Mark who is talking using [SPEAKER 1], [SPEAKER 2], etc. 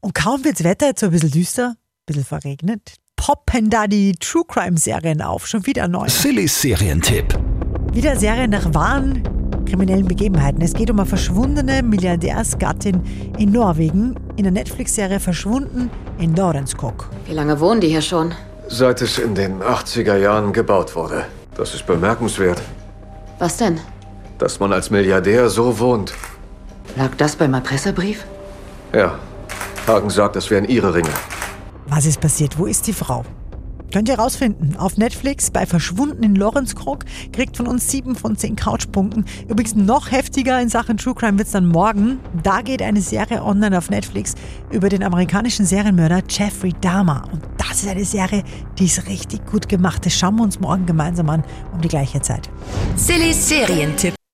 [SPEAKER 1] Und kaum wirds Wetter jetzt so ein bisschen düster, ein bisschen verregnet, poppen da die True Crime Serien auf. Schon wieder neu.
[SPEAKER 2] Sillys Serientipp.
[SPEAKER 1] Wieder Serien nach wahren kriminellen Begebenheiten. Es geht um eine verschwundene Milliardärsgattin in Norwegen, in der Netflix-Serie Verschwunden in Dorenskog.
[SPEAKER 3] Wie lange wohnen die hier schon?
[SPEAKER 4] Seit es in den 80er Jahren gebaut wurde. Das ist bemerkenswert,
[SPEAKER 3] Was denn?
[SPEAKER 4] dass man als Milliardär so wohnt.
[SPEAKER 3] Lag das beim Erpresserbrief?
[SPEAKER 4] Ja, Hagen sagt, das wären ihre Ringe.
[SPEAKER 1] Was ist passiert? Wo ist die Frau? Könnt ihr rausfinden. Auf Netflix bei Verschwunden in Lorenzkrog kriegt von uns 7 von 10 Couchpunkten. Übrigens noch heftiger in Sachen True Crime wird's dann morgen. Da geht eine Serie online auf Netflix über den amerikanischen Serienmörder Jeffrey Dahmer. Und das ist eine Serie, die ist richtig gut gemacht. Das schauen wir uns morgen gemeinsam an um die gleiche Zeit.
[SPEAKER 5] Silly Serientipp.